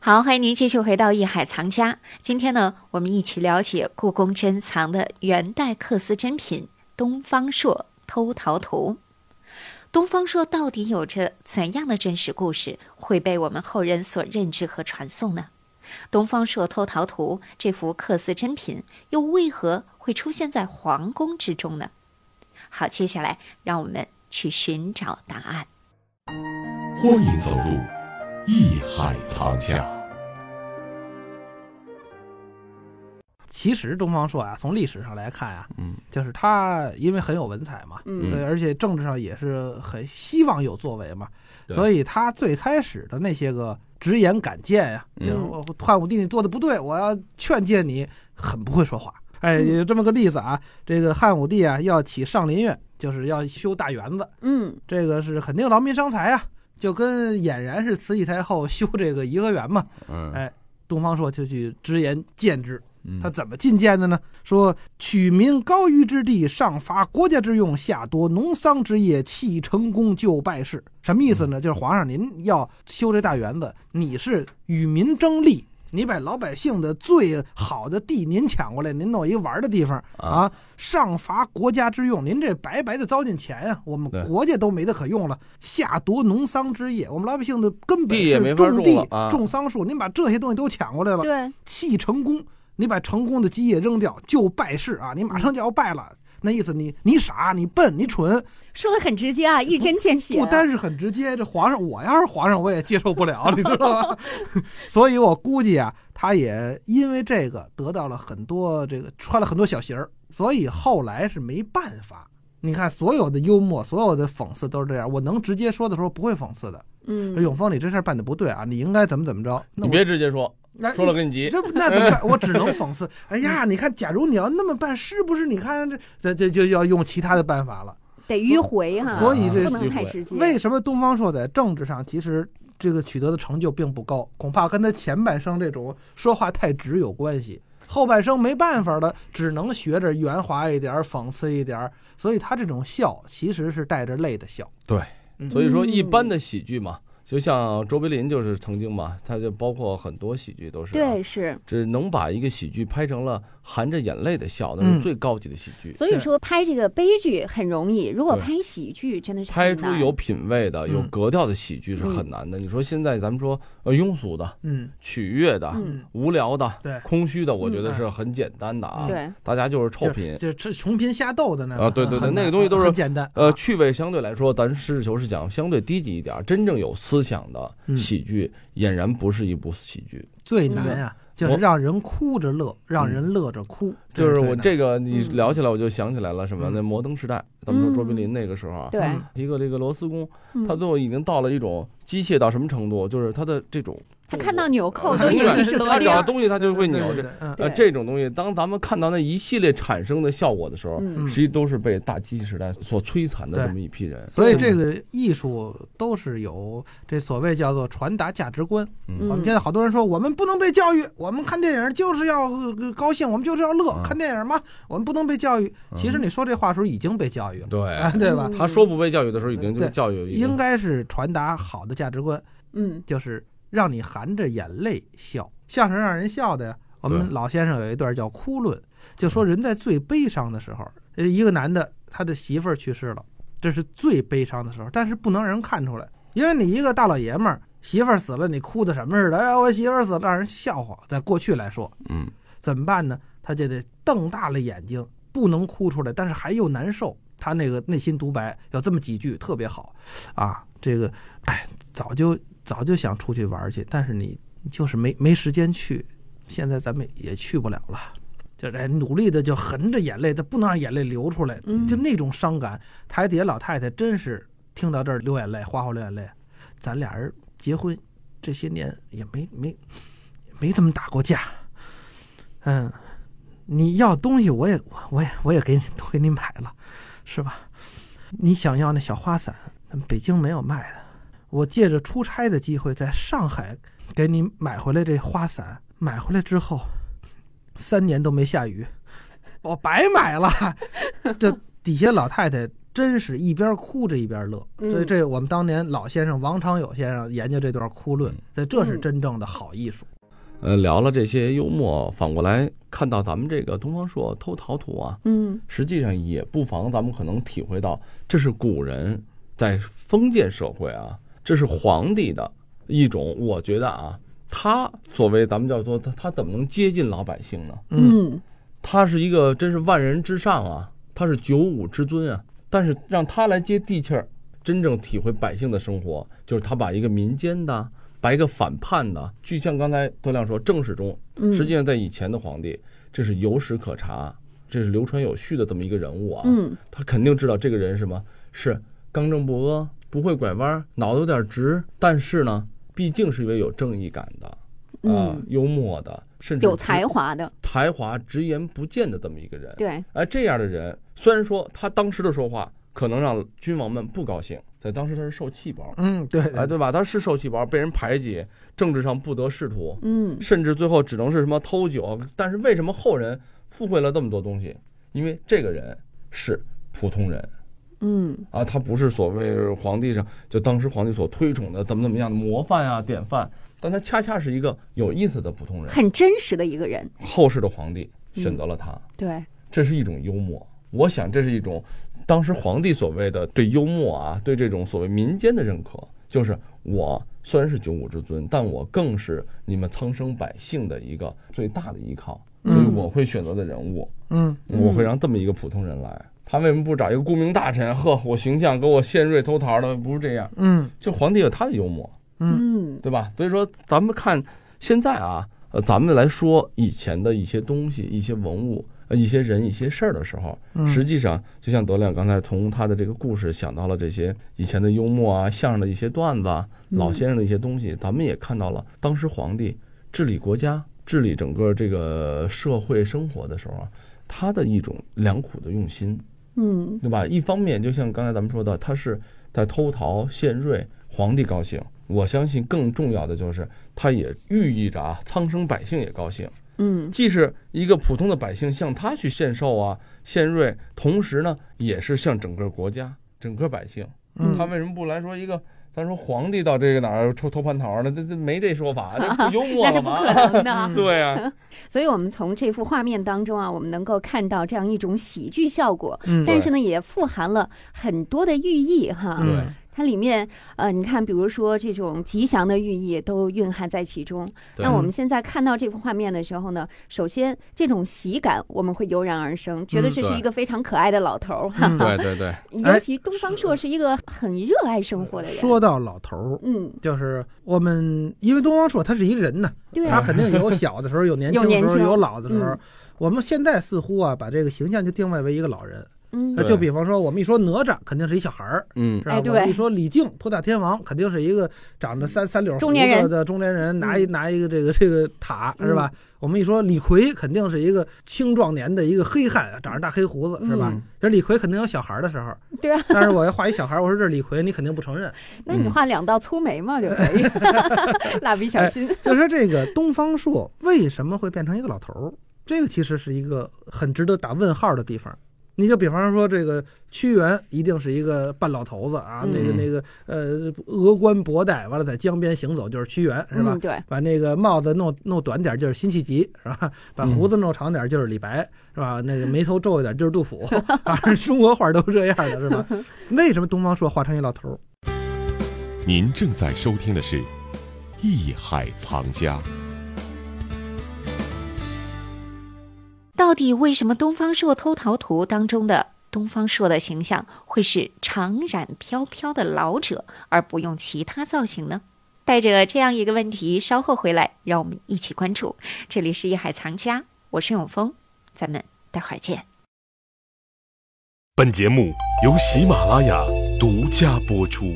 好，欢迎您继续回到《艺海藏家》。今天呢，我们一起了解故宫珍藏的元代缂丝珍品——东方朔偷陶图。东方朔到底有着怎样的真实故事，会被我们后人所认知和传颂呢？东方朔偷陶图这幅缂丝珍品，又为何会出现在皇宫之中呢？好，接下来让我们去寻找答案。欢迎走入艺海藏家。其实东方朔啊，从历史上来看啊，嗯，就是他因为很有文采嘛，嗯对，而且政治上也是很希望有作为嘛，对所以他最开始的那些个直言敢谏呀、嗯就是我汉武帝你做的不对，我要劝诫你，很不会说话。哎，嗯有这么个例子啊，这个汉武帝啊要起上林苑，就是要修大园子，嗯这个是肯定劳民伤财啊，就跟俨然是慈禧太后 修这个颐和园嘛。嗯，哎，东方朔就去直言谏之。嗯他怎么进谏的呢？说取民高于之地，上伐国家之用，下夺农桑之业，弃成功就败事。什么意思嗯呢？就是皇上您要修这大园子，你是与民争利，你把老百姓的最好的地您抢过来，您弄一玩儿的地方啊啊，上伐国家之用，您这白白的糟践钱呀、我们对国家都没得可用了。下夺农桑之业，我们老百姓的根本地也没是法种种地、了啊种桑树，您把这些东西都抢过来了，对，弃成功，你把成功的基业扔掉，就败事啊！你马上就要败了，那意思你你傻，你笨，你蠢，嗯说的很直接啊，一针见血。不单是很直接。这皇上，我要是皇上，我也接受不了，你知道 吗？所以我估计啊，他也因为这个得到了很多这个穿了很多小鞋儿，所以后来是没办法。你看，所有的幽默，所有的讽刺都是这样。我能直接说的时候不会讽刺的。说嗯，永丰，你这事儿办的不对啊，你应该怎么怎么着。那你我别直接说，哎说了跟你急。这不那怎么办？我只能讽刺。哎呀，嗯你看，假如你要那么办，是不是？你看这这这就要用其他的办法了。得迂回哈，所以这哎不能太直接。为什么东方朔在政治上其实这个取得的成就并不高？恐怕跟他前半生这种说话太直有关系。后半生没办法了，只能学着圆滑一点儿，讽刺一点儿。所以他这种笑其实是带着泪的笑。对嗯，所以说一般的啊喜剧嘛，就像卓别林就是曾经嘛，他就包括很多喜剧都是、啊对，是，只能把一个喜剧拍成了含着眼泪的笑，那嗯是最高级的喜剧。所以说拍这个悲剧很容易，如果对拍喜剧真的是拍很出难有品位的、有嗯格调的喜剧是很难嗯的。你说现在咱们说呃庸俗的、嗯取悦的、嗯无聊的、对空虚的，我觉得嗯是很简单的啊。对，大家就是臭贫。就吃穷贫瞎斗的那啊对对对很难那个东西都是很简单。呃，趣味相对来说，咱实事求是讲，相对低级一点儿。真正有思想的嗯喜剧，俨然不是一部喜剧。最难呀、就是我让人哭着乐，让人乐着哭。就是最我难这个，你嗯聊起来我就想起来了，什么？嗯那摩登时代，咱们说卓别嗯林那个时候啊，对嗯一个这个螺丝工，嗯他最后已经到了一种机械到什么程度？就是他的这种他动看作到纽扣呃都已经是他螺只钉儿要，东西他就会对扭对这对嗯呃对这种东西。当咱们看到那一系列产生的效果的时候，嗯嗯实际都是被大机器时代所摧残的对这么一批人。所以这个艺术都是有这所谓叫做传达价值观。嗯我们现在好多人说，我们不能被教育，我们看电影就是要呃高兴，我们就是要乐嗯，看电影嘛，我们不能被教育。其实你说这话的时候已经被教育了，对，啊对吧？嗯他说不被教育的时候，已经就是对教育已经应该是传达好的价值观，嗯就是让你含着眼泪笑，相声让人笑的呀。我们对嗯老先生有一段叫《哭论》，就说人在最悲伤的时候，呃一个男的他的媳妇儿去世了，这是最悲伤的时候，但是不能让人看出来，因为你一个大老爷们儿媳妇儿死了，你哭的什么似的？哎呀，我媳妇儿死了，让人笑话。在过去来说，嗯怎么办呢？他就得瞪大了眼睛，不能哭出来，但是还又难受。他那个内心独白有这么几句特别好，啊，这个，哎，早就早就想出去玩去，但是你就是没没时间去，现在咱们也去不了了。就是哎努力的就含着眼泪，他不能让眼泪流出来，嗯就那种伤感。台底下老太太真是听到这儿流眼泪，哗哗流眼泪。咱俩人结婚这些年也没没没怎么打过架，嗯，你要东西我也我我也我也给你都给你买了，是吧？你想要那小花伞，咱们北京没有卖的，我借着出差的机会在上海给你买回来这花伞。买回来之后，三年都没下雨，我白买了。这底下老太太真是一边哭着一边乐。嗯所以这我们当年老先生王昌友先生研究这段哭论嗯，所以这是真正的好艺术。呃，聊了这些幽默，反过来看到咱们这个东方朔偷陶土啊，嗯实际上也不妨咱们可能体会到，这是古人在封建社会啊，这是皇帝的一种，我觉得啊，他所谓咱们叫做他他怎么能接近老百姓呢？嗯，他是一个真是万人之上啊，他是九五之尊啊，但是让他来接地气儿，真正体会百姓的生活，就是他把一个民间的。把一个反叛的，就像刚才德亮说，正史中嗯，实际上在以前的皇帝，这是有史可查，这是流传有序的这么一个人物啊。嗯他肯定知道这个人是什么，是刚正不阿，不会拐弯，脑子有点直，但是呢，毕竟是一位有正义感的，啊、嗯幽默的，甚至有才直华的，才华直言不见的这么一个人。对，哎，这样的人，虽然说他当时的说话可能让君王们不高兴，在当时他是受气包，嗯，对， 哎，对吧？他是受气包，被人排挤，政治上不得仕途，嗯甚至最后只能是什么偷酒。但是为什么后人附会了这么多东西？因为这个人是普通人嗯啊，他不是所谓皇帝上就当时皇帝所推崇的怎么怎么样的模范啊、典范，但他恰恰是一个有意思的普通人。很真实的一个人，嗯后世的皇帝选择了他，对，这是一种幽默。我想这是一种当时皇帝所谓的对幽默啊，对这种所谓民间的认可，就是我虽然是九五之尊，但我更是你们苍生百姓的一个最大的依靠，所以我会选择的人物，嗯嗯我会让这么一个普通人来。他为什么不找一个顾命大臣？呵，我形象给我献瑞偷桃的，不是这样。嗯就皇帝有他的幽默，嗯对吧？所以说，咱们看现在啊，呃，咱们来说以前的一些东西、一些文物、呃、一些人、一些事儿的时候，嗯，实际上就像德亮刚才从他的这个故事想到了这些以前的幽默啊、相声的一些段子、啊、嗯老先生的一些东西，咱们也看到了当时皇帝治理国家、治理整个这个社会生活的时候啊，他的一种良苦的用心。嗯对吧？一方面，就像刚才咱们说的，他是在偷桃献瑞，皇帝高兴。我相信更重要的就是，他也寓意着啊，苍生百姓也高兴。嗯既是一个普通的百姓向他去献寿啊、献瑞，同时呢，也是向整个国家、整个百姓。嗯他为什么不来说一个？咱说皇帝到这个哪儿偷偷蟠桃呢？这这没这说法，这不幽 默那是了不可能吗？的啊。 对啊， 所以，我们从这幅画面当中啊，我们能够看到这样一种喜剧效果，嗯但是呢，也富含了很多的寓意哈。嗯对它里面，呃，你看，比如说这种吉祥的寓意都蕴含在其中。那我们现在看到这幅画面的时候呢，首先这种喜感我们会油然而生，觉得嗯这是对一个非常可爱的老头儿哈。嗯对对对，尤其东方朔是一个很热爱生活的人。说到老头儿，嗯，就是我们，因为东方朔他是一人呢，对他啊，肯定有小的时候，有年轻的时有候，年轻有老的时候嗯。我们现在似乎啊，把这个形象就定位为一个老人。嗯那对就比方说，我们一说哪吒，肯定是一小孩儿，嗯是吧？哎我对们一说李靖，托塔天王，肯定是一个长着三三绺胡中年子人嗯的中年人，拿一拿一个这个这个塔，是吧？我们一说李逵，肯定是一个青壮年的一个黑汉，长着大黑胡子，是吧嗯？这李逵肯定有小孩儿的时候，对啊，但是我要画一小孩儿，我说这是李逵，你肯定不承认。那你画两道粗眉毛就可 以，蜡笔小新。就是说这个东方朔为什么会变成一个老头儿？这个其实是一个很值得打问号的地方。你就比方说，这个屈原一定是一个半老头子啊，嗯那个那个呃，峨冠博带，完了在江边行走就是屈原，是吧？嗯、对，把那个帽子弄弄短点儿就是辛弃疾，是吧？把胡子弄长点儿就是李白，是吧？那个眉头皱一点就是杜甫， 啊，中国画都是这样的，是吧？为什么东方朔画成一老头儿？您正在收听的是《艺海藏家》。到底为什么《东方朔偷桃图》当中的东方朔的形象会是长髯飘飘的老者，而不用其他造型呢？带着这样一个问题，稍后回来，让我们一起关注。这里是《艺海藏家》，我是永峰，咱们待会儿见。本节目由喜马拉雅独家播出。